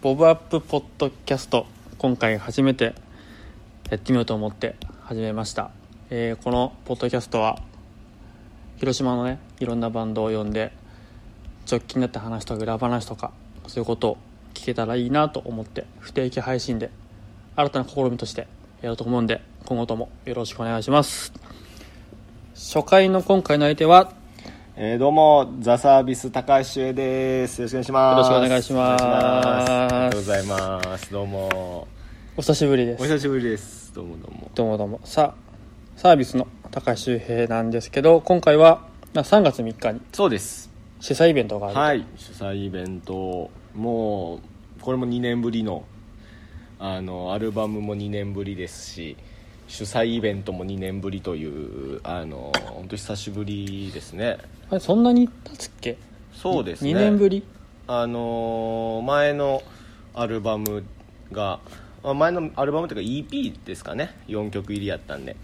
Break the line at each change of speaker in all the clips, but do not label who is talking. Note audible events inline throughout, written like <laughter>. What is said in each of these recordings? ボブアップポッドキャスト今回初めてやってみようと思って始めました、えーこのポッドキャストは広島のねいろんなバンドを呼んで直近だった話とか裏話とかそういうことを聞けたらいいなと思って不定期配信で新たな試みとしてやろうと思うんで今後ともよろしくお願いします初回の今回の相手は
えー、どうもザサービス高橋周恵ですよろしくお願いします
よろしくお願いします
お願いしますありがとうございますどうも
お久しぶりで
お
す
久しぶりですどうもどうも
どうもどうもさあサービスの高橋周平なんですけど今回はまあ3月3日に
そうです
主催イベントがある、
はい主催イベントもうこれも2年ぶりのあのアルバムも2年ぶりですし主催イベントも2年ぶりというあの本当久しぶりですね
あれそんなに経つっけ
そうですね
2年ぶり
あのー前のアルバムがあ前のアルバムというか EP ですかね4曲入りやったんで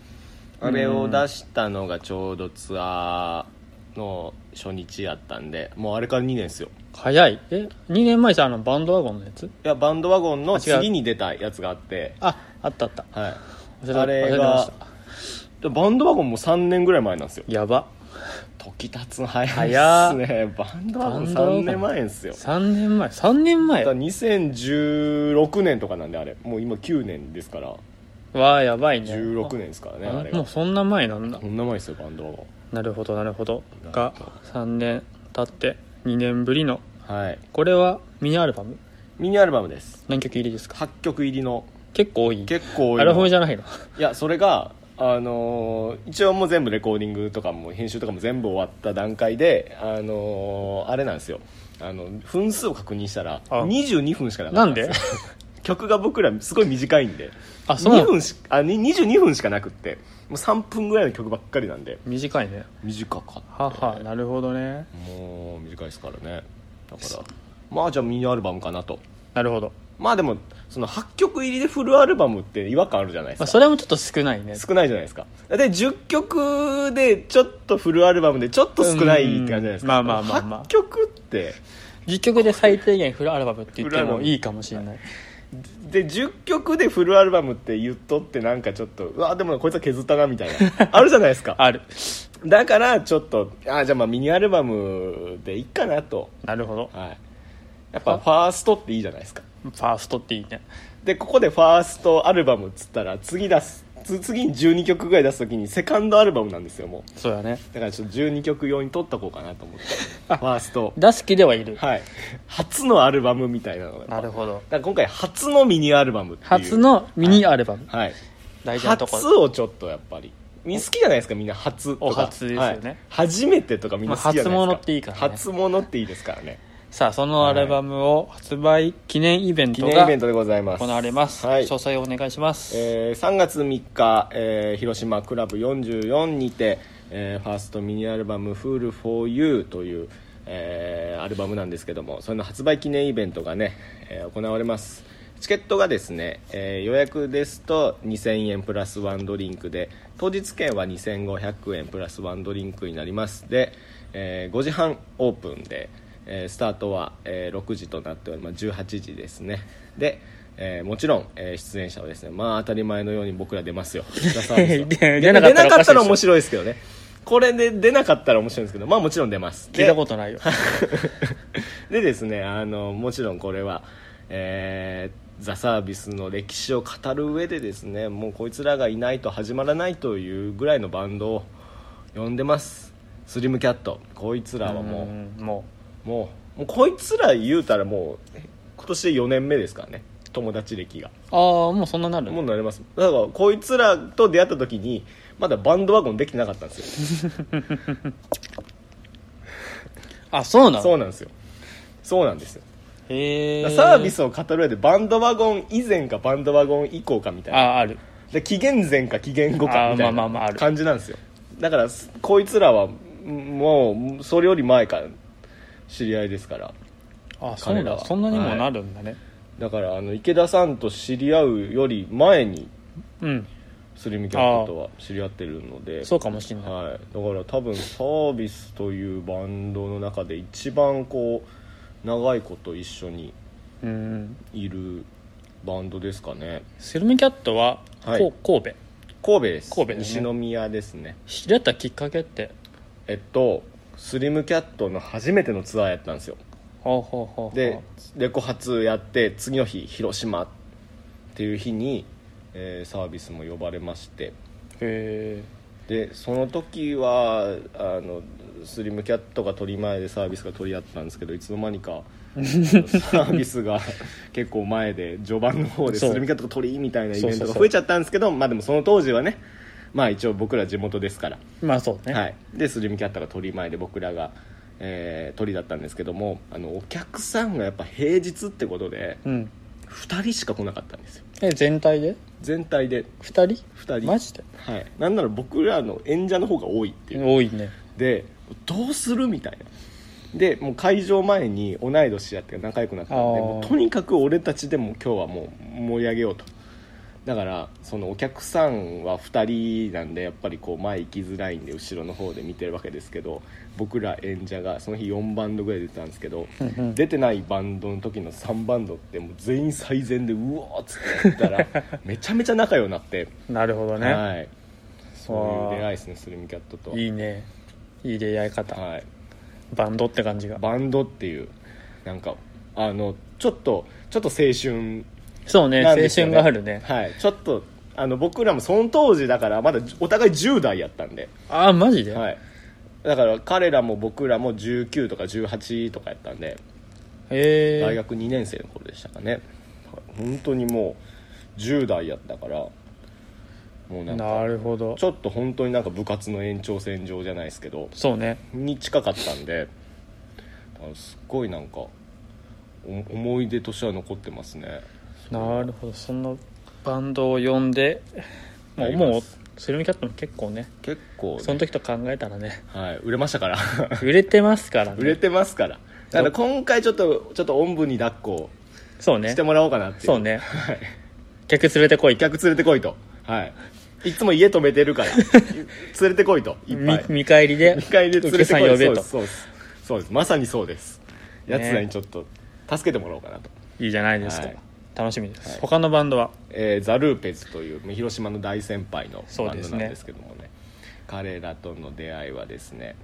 あれを出したのがちょうどツアーの初日やったんでもうあれから2年ですよ
早いえ2年前じゃあのバンドワゴンのやつ
いやバンドワゴン
あ
の
違う
次に出たやつがあって
ああったあった
はい
忘れ
あれがでバンドワゴンも3年ぐらい前なんですよ
やば
時経つの早いっすねバンドワゴン
バンドワゴン
3年前ですよ
3年前3年前
だから2016年とかなんであれもう今9年ですから
わあやばいね
16年ですからね
あ
あれ
もう
が
そんな前なんだ
こんな前ですよバンドワゴ
なるほどなるほど
なん
が
か
3年経って2年ぶりの
ンはい
これはミニアルバム
ミニアルバムです
何曲入りですか
8曲入りの
結構多い
結構多いの
アルバムじゃないの
いやそれがあのー一応もう全部レコーディングとかも編集とかも全部終わった段階であのーあれなんですよあの分数を確認したら
あ
22分しかなか
な
った
んです <laughs>
よ曲が僕らすごい短いんで
あそう
2分しあに22分しかなくってもう3分ぐらいの曲ばっかりなんで
短いね
短かった
ははなるほどね
もう短いですからねだからまあじゃあミニアルバムかなと
なるほど、
まあでもその8曲入りでフルアルバムって違和感あるじゃないで
まあ、
すか、
それもちょっと少ないね
少ないじゃないですかで10曲でちょっとフルアルバムでちょっと少ないって感じじゃないですか
うんまあまあまあまあ
8曲って
10曲で最低限フルアルバムって言ってもいいかもしれない
で10曲でフルアルバムって言っとってなんかちょっとうわでもこいつは削ったなみたい
<laughs>
なあるじゃないですか
ある
だからちょっとあじゃあまあミニアルバムでいいかなと
なるほど
はいやっぱファーストっていいじゃないですか
ファーストっていいね
でここでファーストアルバムっつったら次出すつ次に12曲ぐらい出す時にセカンドアルバムなんですよもう
そうだね
だからちょっと12曲用に取っとこうかなと思ってファースト
出す気ではいる、
はい初のアルバムみたいなのが
な
だか
るほど
ら今回初のミニアルバムっていう
初のミニアルバム、
はい
大事なとこ
初
ろ
をちょっとやっぱりみ好きじゃないですかみんな初とか
お初ですよね
はい初めてとかみんな好きじゃないですか、
まあ初物っていいからね
初物っていいですからね
さあそのアルバムを発売記念イベン
記
ト
念
が
イベントでございます
行われます、
はい
詳細をお願いします、
えー3月3日、えー広島クラブ44にて、えーファーストミニアルバム「Fool for You」という、えーアルバムなんですけどもそれの発売記念イベントがね、えー行われますチケットがですね、えー予約ですと2000円プラスワンドリンクで当日券は2500円プラスワンドリンクになりますで、えー5時半オープンで、えースタートは、えー6時となっております18時ですねでえーもちろん、えー出演者はですねまあ当たり前のように僕ら出 <laughs> ますよザサービスは
で
で
出
出
な
な
かったら
かったら
おか
面
し
白いですけどねこれで出なかったら面白いんですけどまあもちろん出ます <laughs>
聞いたこととないよ
でですねあのもちろんこれは、えーザ・サービスの歴史を語る上でですねもうこいつらがいないと始まらないというぐらいのバンドを呼んでますスリムキャットこいつらはも
う
う、
んも
もうもうこいつら言うたらもう今年で4年目ですからね友達歴が
うああもうそんななる
もうなれますだからこいつらと出会った時にまだバンドワゴンできてなかったんですよ
あそうなの
そうなんですよそうなんですよ
へ
だ
え
からサービスを語る上でバンドワゴン以前かバンドワゴン以降かみたいな
あある
で紀元前か紀元後
あ
か
ー
みたい
まあまあまああ
な
る
感じなんですよだからすこいつらはんもうそれより前から知り合いですから
あそう
彼
だ
らは
そんなにもなるんだね、
だからあの池田さんと知り合うより前に
うん
スリムキャットとは知り合ってるので
そうかもしれない、
はい、だから多分サービスというバンドの中で一番こう長いこと一緒に
うん
いるバンドですかね
スルメキャットは、
はい
こう神戸
神戸です
神戸ですね
西宮ですね
知り合ったきっかけって
えっとスリムキャットの初めてのツアーやったんですよ
ほうほうほうほう
でレコ発やって次の日広島っていう日に、えーサービスも呼ばれまして
へ
でその時はあのスリムキャットが取り前でサービスが取り合ってたんですけどいつの間
<laughs>
にかあのサービスが <laughs> 結構前で序盤の方でス
そう
リムキャットが取りみたいなイベ
そう
ント
そう
が
そう
増えちゃったんですけどまあでもその当時はねまあ一応僕ら地元ですから
えまあそうね、
はい、でスリムキャットが鳥前で僕らが、えー鳥だったんですけどもあのお客さんがやっぱ平日ってことで
うん
2人しか来なかったんですよ
え全体で
全体
2
で
人
2人
マジで
はい、なんなら僕らの演者の方が多いっていう
多いね
でどうするみたいなでもう会場前に同い年やって仲良くなったん
あ
で
ー
もうとにかく俺たちでも今日はもう盛り上げようとだからそのお客さんは2人なんでやっぱりこう前行きづらいんで後ろの方で見てるわけですけど僕ら演者がその日4バンドぐらい出てたんですけど
うんうん
出てないバンドの時の3バンドってもう全員最善でうおーっつってやった
<laughs>
らめちゃめちゃ仲良くなって、
なるほどね、
はいそういう出会いですねスルミキャットと
い、いねいい出会い方、
はい
バンドって感じが
バンドっていうなんかあのちょっとちょっと青春
そうね
な
青
んですよ
春があるね
はいちょっとあの僕らもその当時だからまだお互い10代やったんで、
ああマジで、
はい、だから彼らも僕らも19とか18とかやったんで
へえ
大学2年生の頃でしたかね、本当にもう10代やったからもうなん
な
か
るほど
ちょっと本当になんか部活の延長線上じゃないですけど
そうね
に近かったんであのすっごいなんかお思い出としては残ってますね
なるほどそんなバンドを呼んでも
や
う
ります
もうスルメキャットも結構ね
結構、ね、
その時と考えたらね
はい売れましたから
<laughs> 売れてますからね
売れてますからだから今回ちょっとちょっとおんぶに抱っこ
そうね
してもらおうかなっていう
そうね客連れてこい
客連れてこいとはいいつも家止めて
<laughs>
るから連れてこいといっぱ
み
い
見返りで
2階で連
受け
れてこ
さん
い
呼べと
そうですそうですそうですまさにそうですやつらにちょっと助けてもらおうかなと、
いいじゃないですか、
はい
楽しみです、
はい
他のバンドは
えーザ・ルーペズというまあ広島の大先輩の
そう
バン
で
ド
す
な
ね
んですけどもね彼らとの出会いはですね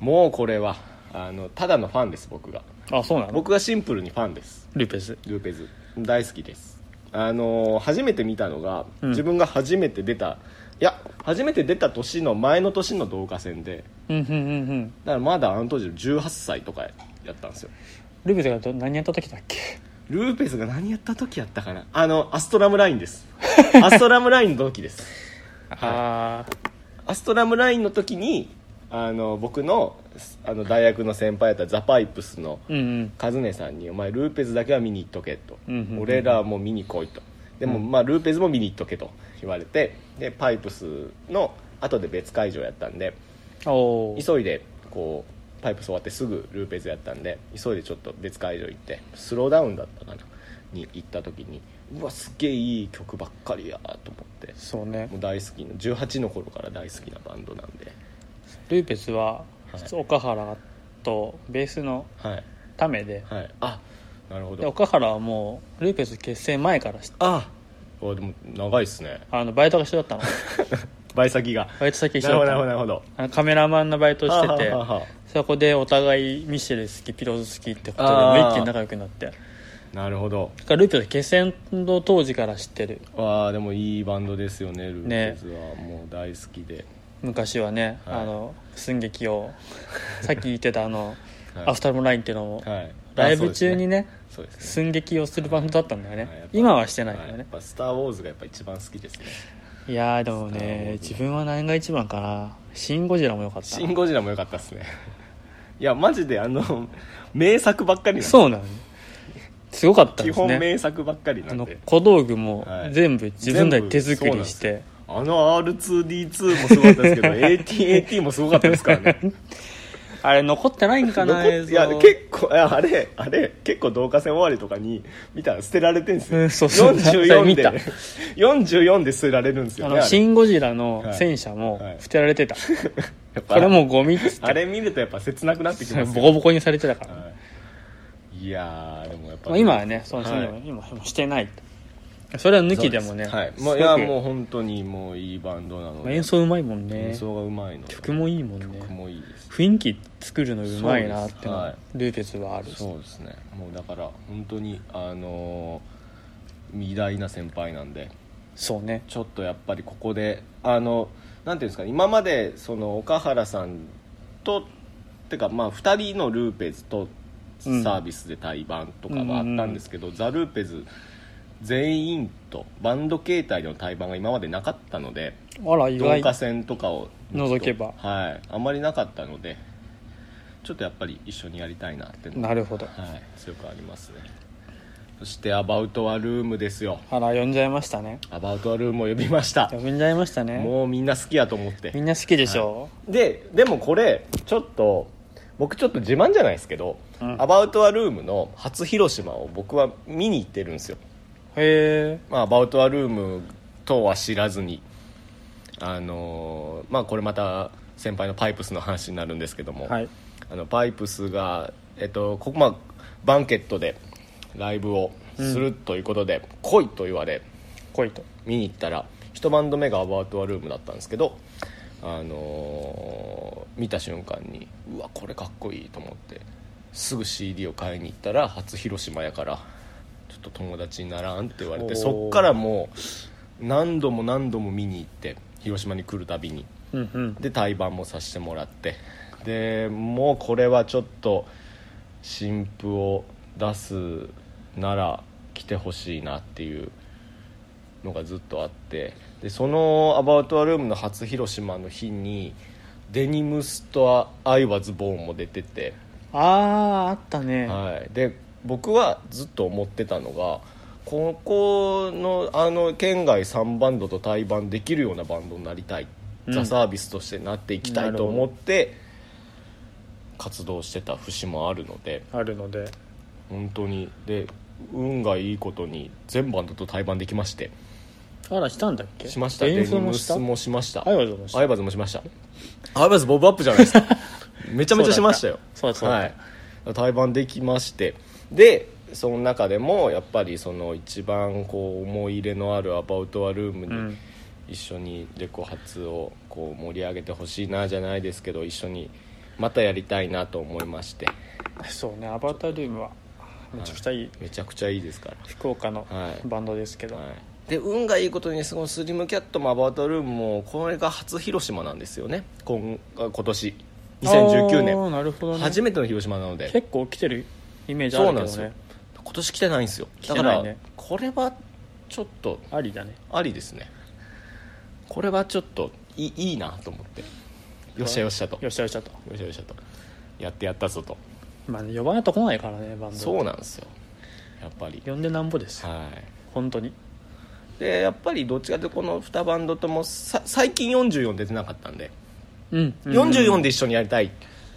もうこれはあのただのファンです僕が
あそうなの
僕がシンプルにファンです
ルーペス
ルーペズ大好きですあのー初めて見たのが、
うん
自分が初めて出たいや初めて出た年の前の年の動画戦で
うんうんうんうん
だからまだあの当時18歳とかやったんですよ
ルーペスがど何やった時だっけ
ルーペスが何やった時やったかなあのアストラムラインです
<laughs>
アストラムラインの時です
ああ
アストラムラインの時にあの僕のあの大学の先輩やったザ・パイプスの
うんうん
カズネさんに「お前ルーペズだけは見に行っとけ」と
うんうんうんう
「
ん
俺らも見に来い」と「で
う
も、
ん
まあ、ルーペズも見に行っとけ」と言われてでパイプスの後で別会場やったんで
おお
急いでこうパイプス終わってすぐルーペズやったんで急いでちょっと別会場行ってスローダウンだったかなに行った時にうわすっげえいい曲ばっかりやと思って
そうね
もう大好きな18の頃から大好きなバンドなんで
ルーペスは、
はい
岡原とベースの
はい
ためで
はい、あなるほ
で
ど
岡原はもうルーペス結成前から知って
ああでも長いですね
あのバイトが一緒だ
<laughs>
ったの
倍先が
バイト先一
な
緒
る
だ
ほ
っ
ど
た
なるほど
の
なるほど
あのカメラマンのバイトをしてて
はあはあは
そこでお互いミシェル好きピローズ好きってことで
あー
もう一気に仲良くなってだか
あなるほど
らルーペスは結成の当時から知ってる
わあでもいいバンドですよねルー
ね
ペズは、もう大好きで、
昔はね、
はい
あの寸劇をさっき言ってたあの、
<laughs> はい
アフタームラインっていうのも、
はい、
ライブ中に
ね
ね
そうですね
寸劇をするバンドだったんだよね、
はいやっぱ
今はしてない
は
けど
いやっ
ね、
ぱ「スター・ウォーズ」がやっぱ一番好きですね
い、やーでも
なるほど
ね自分は何が一番かな「シン・ゴジラ」も良かっ
「
た
シン・ゴジラ」も良かったですね <laughs> いやマジであの名作ばっかりなんで
そうなのすごかったん
基
です
本
ね
名作ばっかりな
あ
ん
の
で
小道具も
はい
全部自分らで手作
全
り
部
し
そう
て、
あの R2D2 もすごかったですけど
<laughs>
AT-AT もすごかったですからね
あれ残ってないんかな
残っ
映
い
像
や結構いやあれあれ結構導火線終わりとかに見たら捨てられてんすよ、
うんそうそう
44で
見た
<laughs> 44で捨てられるんですよ
あ
ねあ
の「
れ
シン・ゴジラ」の
はい
戦車も
はい
捨てられてた、
やっぱ
これもうゴミっつって <laughs>
あれ見るとやっぱ切なくなってきます
ボ
よ
コボコにされてたから、
はいいいやーでもやっぱ
まあ
り
今はねその
はい
今今してないそれは抜きでもね
そうですはい、
すご
まあ、
く
いやもう本当にもういいバンドなの
まあ
で
演奏うまいもんね
演奏がうまいので
曲もいいもんね
曲もいいです
雰囲気作るのうまいなってのは
そうで
ルーペスはある
そうですねもうだから本当にあのー偉大な先輩なんで
そうね
ちょっとやっぱりここであのなんていうんですか今までその岡原さんとてかまあ2人のルーペズとサ
うん
ービスで対バンとかはあったんですけど、ザ・ルーペズ全員とバンド形態での対バンが今までなかったので
あら意
同
外
化戦とかを
除けば
はいあんまりなかったのでちょっとやっぱり一緒にやりたいなっていうのは
なるほど
はい、強くありますねそして「アバウト・ア・ルーム」ですよ
あら呼んじゃいましたね
アバウト・ア・ルームを呼びました
呼んじゃいましたね
もうみんな好きやと思っ
み
て
んな好きでしょ
ででもこれちょっと僕ちょっと自慢じゃないですけど「
うん
アバウト・ア・ルーム」の初広島を僕は見に行ってるんですよ、
へえ
まあ、アバウト・ア・ルームとは知らずにあのーまあこれまた先輩のパイプスの話になるんですけども、
はい
あのパイプスが、えっと、ここまあバンケットでライブをするということで「来い」と言われ
来いと
見に行ったら一バンド目が「アバウト・ア・ルーム」だったんですけど、あのー見た瞬間にうわこれかっこいいと思ってすぐ CD を買いに行ったら初広島やからちょっと友達にならんって言われて
おー
そっからもう何度も何度も見に行って広島に来るたびに
うんうん
で対バンもさせてもらってでもうこれはちょっと新譜を出すなら来てほしいなっていうのがずっとあってでその「アバウト・ア・ルーム」の初広島の日にデニムスとアイワズボーンも出てて、
あああったね
はい、で僕はずっと思ってたのがここのあの県外3バンドと対バンできるようなバンドになりたい、
うん
ザ・サービスとしてなっていきたいと思って活動してた節もあるので
あるので
本当にで運がいいことに全バンドと対バンできまして
あらしたんだっけ
しました
演奏も
デニム
し
ス
た
もしました
アイワズもした
アイバズもしましたアイバズボブアップじゃない <laughs> ですかめちゃめちゃしましたよ
そうだそうだ
はい、対バンできましてでその中でもやっぱりその一番こう思い入れのある「アバウト・ア・ルー
う
ム」に
ん
一緒にレコ発をこう盛り上げてほしいなじゃないですけど一緒にまたやりたいなと思いまして
そうねアバタールームはめちゃくちゃいい
めちゃくちゃいいですから
福岡の
はい
バンドですけど
はい、で運がいいことにそのスリムキャットもアバウトルームもこれが初広島なんですよね今あ今年2019
あー
年
なるほどね
初めての広島なので
結構来てるイメージあ
そう
るけ
なん
ど
ですよ
ね
今年来てないんですよ
来
だ
て
か
な
ら
いね
これはちょっと
ありだね
ありですねこれはちょっといいいいなと思ってよっしゃよっしゃとよ
よっしゃよっしゃと
っしゃよっしゃとやってやったぞと
まあね呼ばないと来ないからねバンド
そうなんですよやっぱり
呼んでなんぼですよ
はい
本当に
でやっぱりどっちかというとこの2バンドともさ最近44出てなかったんで
うん
44
で
で一緒にやりたい、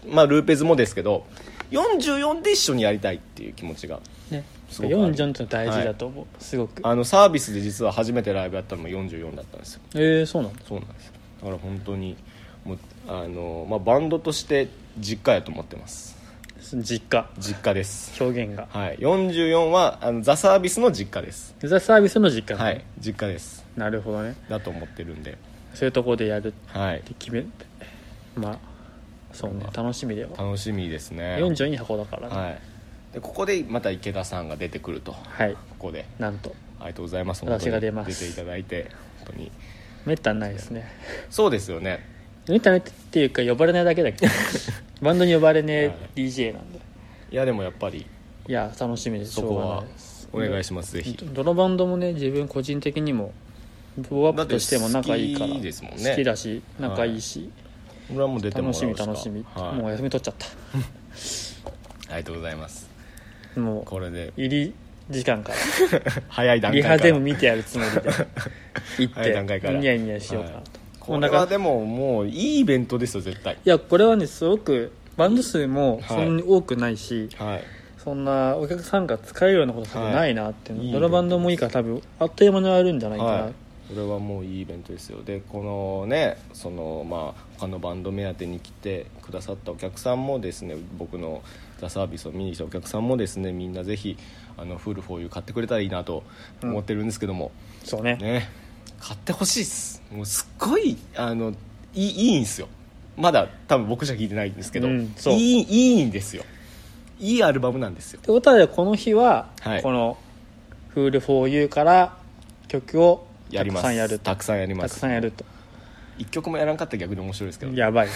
まあルーペズもですけど44で一緒にやりたいっていう気持ちが
ね
すごくある
44っての大事だと思うすごく
あのサービスで実は初めてライブやったのも44だったんですよ
ええそうなんだ
そうなんですよだから本当にもうあの、まあ、バンドとして実家やと思ってます
実家
実家です
表現が
はい44はあのザ・サービスの実家です
ザ・サービスの実家
はい実家です
なるほどね
だと思ってるんで
そういうところでやるっ
はい
て決めてまあそうね楽しみだよ
楽しみですね
42箱だからね
はいでここでまた池田さんが出てくるとこ
はい
こで
なんと
ありがとうございます
私が出ます
本当に出ていただいて本当に
めったにないですね
そうですよね
めったにないっていうか呼ばれないだけだ
<laughs>
けどバンドに呼ばれねえ DJ なんで
いやでもやっぱり
いや楽しみです
そこは
しょ
お
うがな
願
い
いしますぜひ
どどのバンドもね自分個人的にもボーアップとしても仲いいから
だって好きですもんね
好きだし仲いいし、
俺はもう出てもら
楽
う
しみ
か
楽しみ、
はい
もう
あ
休み取っちゃっ
りがとうございます
たも
これで
う入り時間か
早い
ら
段階
リ
から
ハでも見てやるつもり
<laughs>
で行
早い段階
っ
か
て
ら
ニヤニヤしようかなと、
こ
もう
れ
な
は
んか
でももういいイベントですよ絶対
いやこれはねすごくバンド数も
はい
そんなに多くないし、
はい
そんなお客さんが使えるようなこと多分ないなっていうの、
はい
どのバンドもいいから多分あっという間に終わるんじゃないかな、
はいこれはもういいイベントですよでこのねそのまあ他のバンド目当てに来てくださったお客さんもですね僕のザ・サービスを見に来たお客さんもですねみんなぜひあのフルフォーユー買ってくれたらいいなと思ってるんですけども、
そうね
ね買ってほしいっすもうすっごいあのいいいいんですよまだ多分僕じゃ聞いてないんですけど、
うんそう
いいいいんですよいいアルバムなんですよ
ってことはじゃあこの日は、
はい
この「フール for you」から曲を
や
た
り
く
ます
さんやると
たくさんやりま
たく
す
さんやると
一曲もやらんかったら逆に面白いですけど
や
<laughs>
ばいね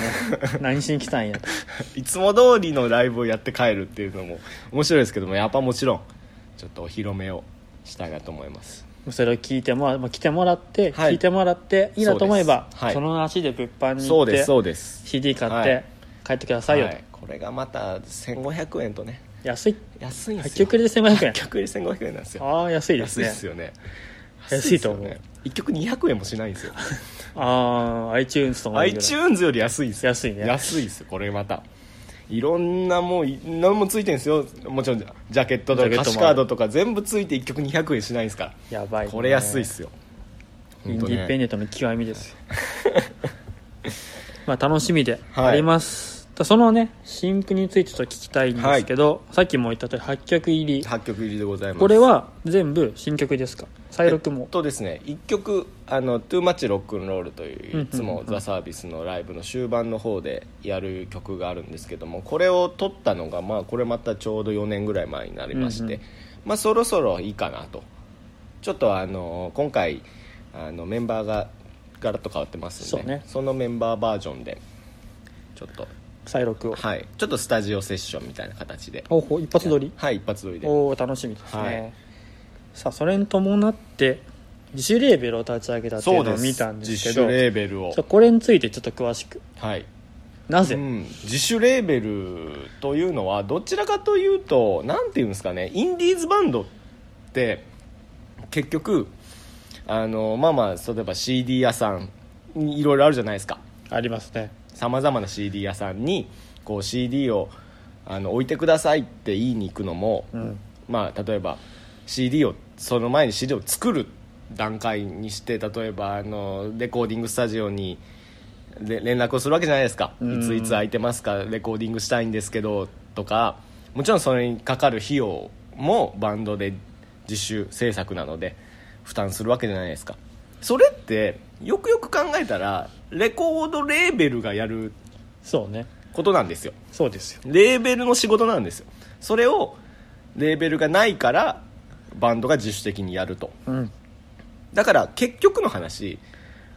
何しに来たんやと
いつも通りのライブをやって帰るっていうのも <laughs> 面白いですけどもやっぱもちろんちょっとお披露目をしたいなと思います
それを聞いてもら、まあ、来てもらって、
はい
聞いてもらっていいなと思えば
そ
そ,、
うですはい
の足で物販に
そ
行っ
うで
て
すそうです、
CD 買っ
は
て
い
帰ってくださいよと、
はいこれがまた1500円とね
安い
安いんで
8
すよ
曲で1500円
1曲入り1500円なんですよ
ああ安いです
安
ね
いっすよね
安いと思う
1曲200円もしないん
<laughs>
ですよ
ああ iTunes とか
iTunes より安いですよ
安いね
安いですよこれまたいろんなもうい何もついてるんですよもちろんジャケットと
ジャケットもあ
か
る
歌詞カードとか全部ついて1曲200円しないんですか
やばい、
ら
ね、
これ安いですよ
イン
本当
デ
ね
ィペンデントの極みですよ <laughs> まあ楽しみで
はい
あります、ただそのね新譜についてちょっと聞きたいんですけど、さっきも言った通り8曲入り
8曲入りでございます
これは全部新曲ですか再録
え
も
っ、とですね1曲「あの Too Much Rock and Roll」と
うん
いういつも「ザ・サービスのライブの終盤の方でやる曲があるんですけどもこれを撮ったのが、まあ、これまたちょうど4年ぐらい前になりまして、
うんうん
まあ、そろそろいいかなとちょっとあの今回あのメンバーがガラッと変わってますん
そう
で
ね
そのメンバーバージョンでちょっと
再録を、
はいちょっとスタジオセッションみたいな形で
おほ一発撮り
はい一発撮りで
おお楽しみですね、
はい
さあそれに伴って自主レーベルを立ち上げたっていうのを見たんですけ
自
ど
主レーベル
ち
を
ょっとこれについてちょっと詳しく
はい
なぜ、
うん、自主レーベルというのはどちらかというとなんていうんですかねインディーズバンドって結局あのまあまあ例えば CD 屋さんにいろいろあるじゃないですか
ありますね
さまざまな CD 屋さんにこう CD をあの置いてくださいって言いに行くのも、
うん
まあ、例えば CD をその前に CD を作る段階にして例えばあのレコーディングスタジオにれ連絡をするわけじゃないですか、
ん
いついつ空いてますかレコーディングしたいんですけどとかもちろんそれにかかる費用もバンドで自主制作なので負担するわけじゃないですかそれってよくよく考えたらレコードレーベルがやる
そうね
ことなんですよ
そうですよ
レーベルの仕事なんですよそれをレーベルがないからバンドが自主的にやると
うん
だから結局の話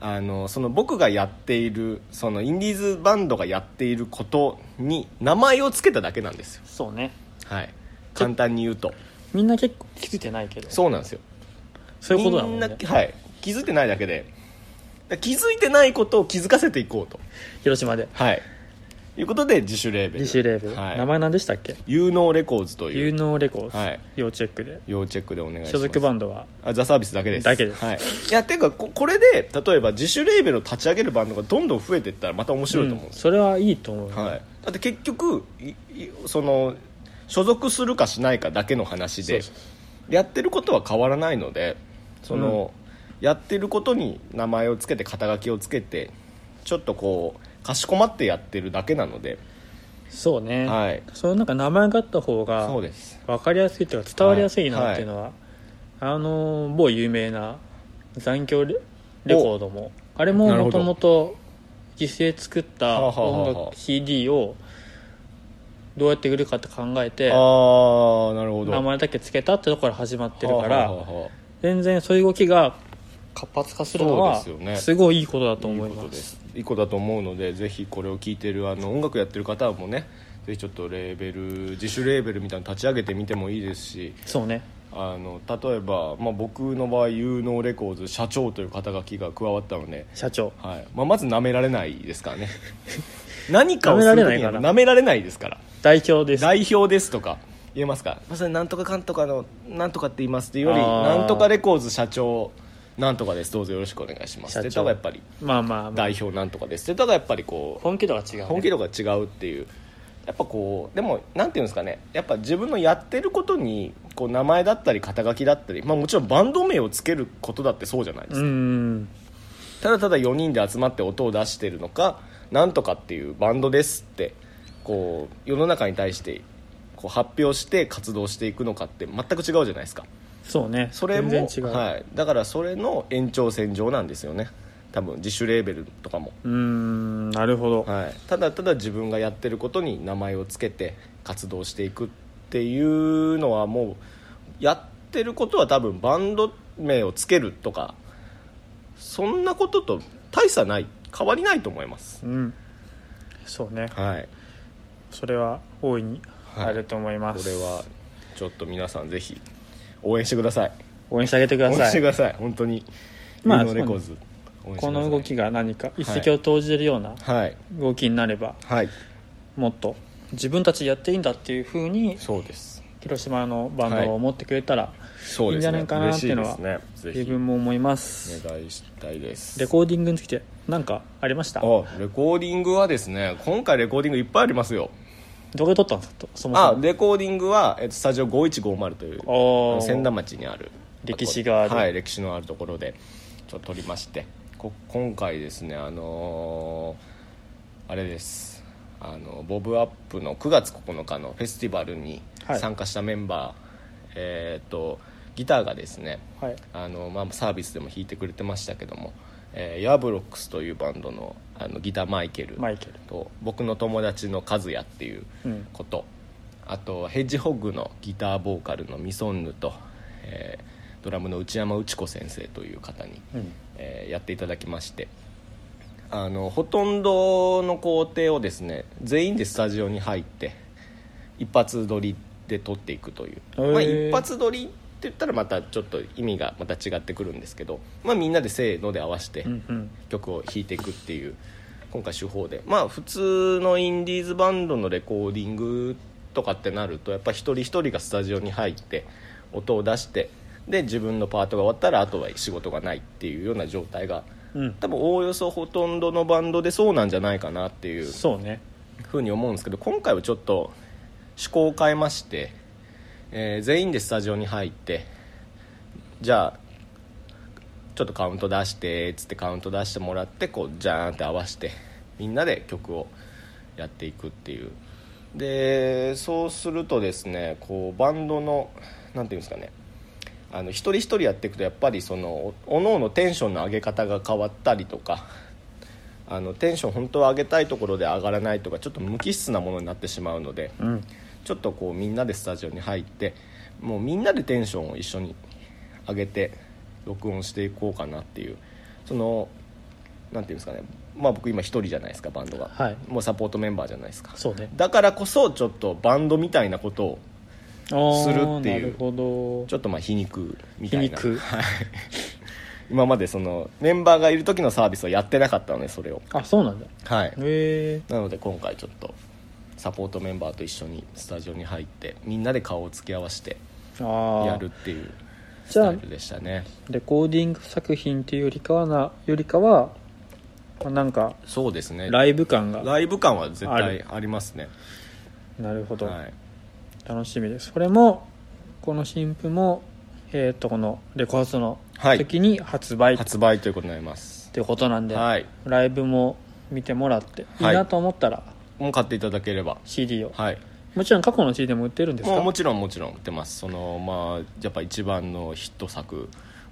あのその僕がやっているそのインディーズバンドがやっていることに名前を付けただけなんですよ
そうね
はい簡単に言うと
みんな結構気づいてないけど
そうなんですよ
そういうことだも
み
ん
ん
ね
なはい気づいてないだけでだから気づいてないことを気づかせていこうと
広島で
はいいうことで自主レーベル
自主レーベル、
はい、
名前何でしたっけ
有能レコーズとい
有
う
能レコーズ、
はい
要チェックで
要チェックでお願いします
所属バンドは
あザ・サービスだけです
だけです
はい、いやっていうかここれで例えば自主レーベルを立ち上げるバンドがどんどん増えていったらまた面白いと思うん
ん
ですよ、
それはいいと思う、
はい、だって結局いいその所属するかしないかだけの話で
そう
やってることは変わらないのでその、やってることに名前をつけて肩書きをつけてちょっとこうかしこまってやってるだけなので、
そうね、
はい
そのなんか名前があった方が
そうです
分かりやすいというか伝わりやすいなっていうのは、あのー某有名な残響レレコードもあれも
なる
も
ほ
と
ど
もと自制作った
はあはあはあ
音楽 CD をどうやって売るかって考えて
ああなるほど
名前だけ付けたってところから始まってるから、
はあはあはあ
全然そういう動きが活発化するのは
そうですよね
すごいいいことだと思い
いいこと
ま
ですすいい子だと思うのでぜひこれを聞いてるあの音楽やってる方もねぜひちょっとレーベル自主レーベルみたいなの立ち上げてみてもいいですし
そうね
あの例えば、まあ、僕の場合有能レコーズ社長という肩書きが加わったので、
社長
はいまあ、まず舐められないですからね <laughs> 何かを
舐
す
めら
る
れ
時
ない
に
から
舐められないですから
代表です
代表ですとか言えますかまさになんとかかんとかのなんとかって言いますっていうより
あー
なんとかレコーズ社長なんとかですどうぞよろしくお願いしますって言った方がやっぱり
まあまあ、まあ、
代表なんとかですってだからやっぱりこう
本気度が違う、ね、
本気度が違うっていうやっぱこうでもなんていうんですかねやっぱ自分のやってることにこう名前だったり肩書きだったり、まあ、もちろんバンド名をつけることだってそうじゃないです
う
か、
ん
ただただ4人で集まって音を出してるのかなんとかっていうバンドですってこう世の中に対してこう発表して活動していくのかって全く違うじゃないですか
そうね
それも
全然違う、
はい、だからそれの延長線上なんですよね多分自主レーベルとかも、
うーんなるほど、
はい、ただただ自分がやってることに名前をつけて活動していくっていうのはもうやってることは多分バンド名をつけるとかそんなことと大差ない変わりないと思います
うんそうね
はい
それは大いに
はい
あると思いま
こ
す、
れはちょっと皆さんぜひ応援してください
応援してあげてくだ
応援
さ
して
い
ください本当に
まあ
ユーノレコーズ応援して
こ
くださ
の
い
動きが何か一石を投じるような
はい
動きになれば、
はい
もっと自分たちでやっていいんだっていうふうに
そうです
広島のバンドを持ってくれたら、
そ
い
うです
いんじゃないかなっていうのは
嬉しいで
自
すね
分も思います、
ぜひお願いしたいです
レコーディングについて何かありましたど
あレコーディングはですね今回レコーディングいっぱいありますよ
こで撮ったんですかとそもそ
あ
も
レコーディングは、えっと、スタジオ5150というあ
おー
の千田町にある
歴史がある
はい歴史のあるところでちょっと撮りましてこ今回ですねあのーあれですあのボブアップの9月9日のフェスティバルに
はい
参加したメンバー、えーっとギターがですね
はい
あの、まあ、サービスでも弾いてくれてましたけども、えーヤーブロックスというバンドのあのギターマイケル
マイケル
と僕の友達のカズヤっていう
うん
こと、あとヘッジホッグのギターボーカルのミソンヌと、えードラムの内山内子先生という方に、
うん
えーやっていただきましてあのほとんどの工程をですね全員でスタジオに入って一発撮りで撮っていくという、
へー
まあ、一発撮りって言ったらまたちょっと意味がまた違ってくるんですけど、まあ、みんなでせーので合わせて
うんうん
曲を弾いていくっていう今回手法でまあ普通のインディーズバンドのレコーディングとかってなるとやっぱ一人一人がスタジオに入って音を出してで自分のパートが終わったらあとは仕事がないっていうような状態が
うん
多分おおよそほとんどのバンドでそうなんじゃないかなっていう
そうね
ふうに思うんですけど今回はちょっと趣向を変えまして、えー全員でスタジオに入ってじゃあちょっとカウント出してつってカウント出してもらってこうジャーンって合わせてみんなで曲をやっていくっていうでそうするとですねこうバンドのなんていうんですかねあの一人一人やっていくとやっぱりそのおのおのテンションの上げ方が変わったりとかあのテンション本当は上げたいところで上がらないとかちょっと無機質なものになってしまうので
うん
ちょっとこうみんなでスタジオに入ってもうみんなでテンションを一緒に上げて録音していこうかなっていうそのなんていうんですかねまあ僕今一人じゃないですかバンドが、
はい
もうサポートメンバーじゃないですか
そうね
だからこそちょっとバンドみたいなことを
あー
するってい
な
う
るほど
ちょっとまあ皮肉みたいな
<laughs> 皮肉
はい今までそのメンバーがいる時のサービスをやってなかったのでそれを
あそうなんだ
はい
へえ
なので今回ちょっとサポートメンバーと一緒にスタジオに入ってみんなで顔を突き合わせて
ああ
やるっていうス
じゃ
タ
あ
イルでしたね
レコーディング作品っていうよりかはなよりかはまあなんか
そうですねライ
ライブ感が
ブ感は絶
あ
対
る
ありますね
なるほど、
はい
楽しみですこれもこの新譜もえっ、とこのレコ発の
はい
時に発売っ
発売ということになります
ていうことなんで、
はい
ライブも見てもらっていい
はい
なと思ったら
もう買っていただければ
CD を、
はい
もちろん過去の CD も売ってるんです
もう
か
もちろんもちろん売ってますそのまあやっぱ一番のヒット作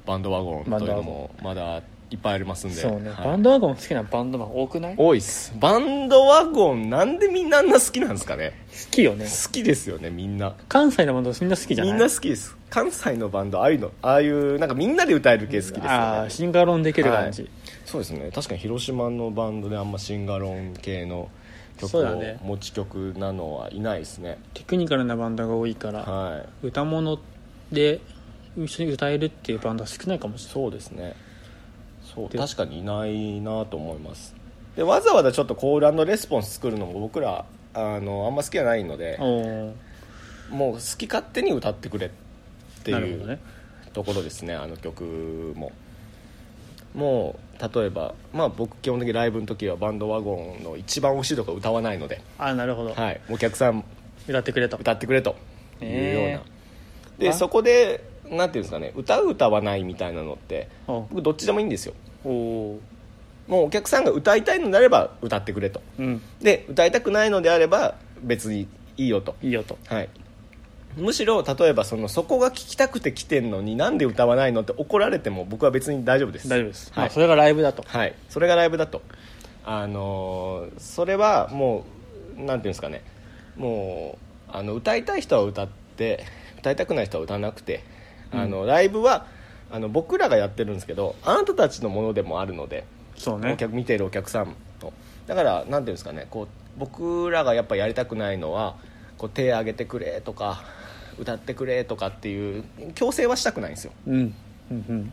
バンドワゴンというのもまだいっぱいありますんで
そうね、
はい
バンドワゴン好きなバンドマン多くない好
多いっすバンドワゴンなんでみんなあんな好きなんですかね
きよね
好きですよねみんな
関西のバンドみんな好きじゃな
み
い
んな好きです関西のバンドああいうのああいうなんかみんなで歌える系好きですよね
ああシンガロンできる感じ、
はいそうですね確かに広島のバンドであんまシンガロン系の曲
そうだ
を、
ね
持ち曲なのはいないですね
テクニカルなバンドが多いから、
はい
歌物で一緒に歌えるっていうバンドは少ないかもしれない
そうですねそう
で
確かにいないなと思いますでわざわざちょっとコールレスポンス作るのも僕らあのあんま好きじゃないので
おー
もう好き勝手に歌ってくれって
なる
い
ほど
う
ね
ところですねあの曲ももう例えば、まあ、僕基本的にライブの時はバンドワゴンの一番惜しいとか歌わないので、
あなるほど、
はい、お客さん
歌ってくれと
歌ってくれというような、
え
で
あ
そこでなんていうんですかね歌う歌わないみたいなのって
お
僕どっちでもいいんですよ
おお
もうお客さんが歌いたいのであれば歌ってくれと
ーうん
で歌いたくないのであれば別にいいよと、
いいよと
はい、むしろ例えばそのそこが聞きたくて来てんのになんで歌わないのって怒られても僕は別に大丈夫です
大丈夫です、
はい
まあ、それがライブだと
はい、それがライブだと、あのーそれはもうなんていうんですかねもうあの歌いたい人は歌って歌いたくない人は歌わなくてあの、ライブはあの僕らがやってるんですけどあなたたちのものでもあるので、
そうね
お客見ているお客さんとだからなんていうんですかねこう僕らがやっぱやりたくないのはこう手挙げてくれとか歌ってくれとかっていう強制はしたくないんですよ
うんうんうん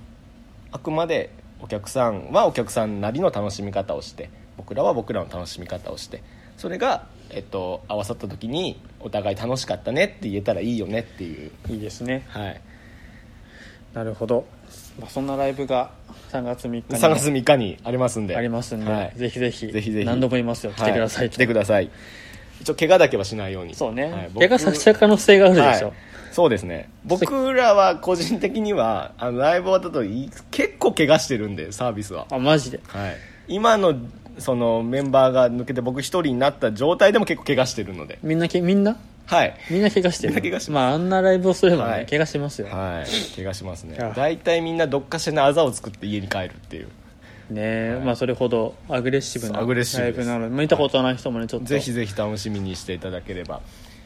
あくまでお客さんはお客さんなりの楽しみ方をして僕らは僕らの楽しみ方をしてそれが、えっと、合わさった時にお互い楽しかったねって言えたらいいよねっていう、
いいですね
はい、
なるほど、まあ、そんなライブが3月3日に
3月3日にありますんで
ありますんで、
はい、
ぜひぜひ
ぜひぜひ
何度も言いますよ来てください、
は来てください一応怪我だけはしないように
そうね、
はい僕
怪我させちゃう可能性があるでしょ、
はいそうですね僕らは個人的にはあのライブ終わったと結構怪我してるんでサービスは
あマジで
はい、今のそのメンバーが抜けて僕一人になった状態でも結構怪我してるので
みんなけみんな
はい、
みんな怪我してる
みんな怪我してます
まああんなライブをすればね、
はい
怪我しますよ、
はい、怪我しますね
いや
大体みんなどっかしらのあざを作って家に帰るっていう
ねえ、まあそれほどアグレッシブな
そうアグレッシブ
ライ
です
ブなので見たことない人もねちょっと
ぜひぜひ楽しみにしていただければ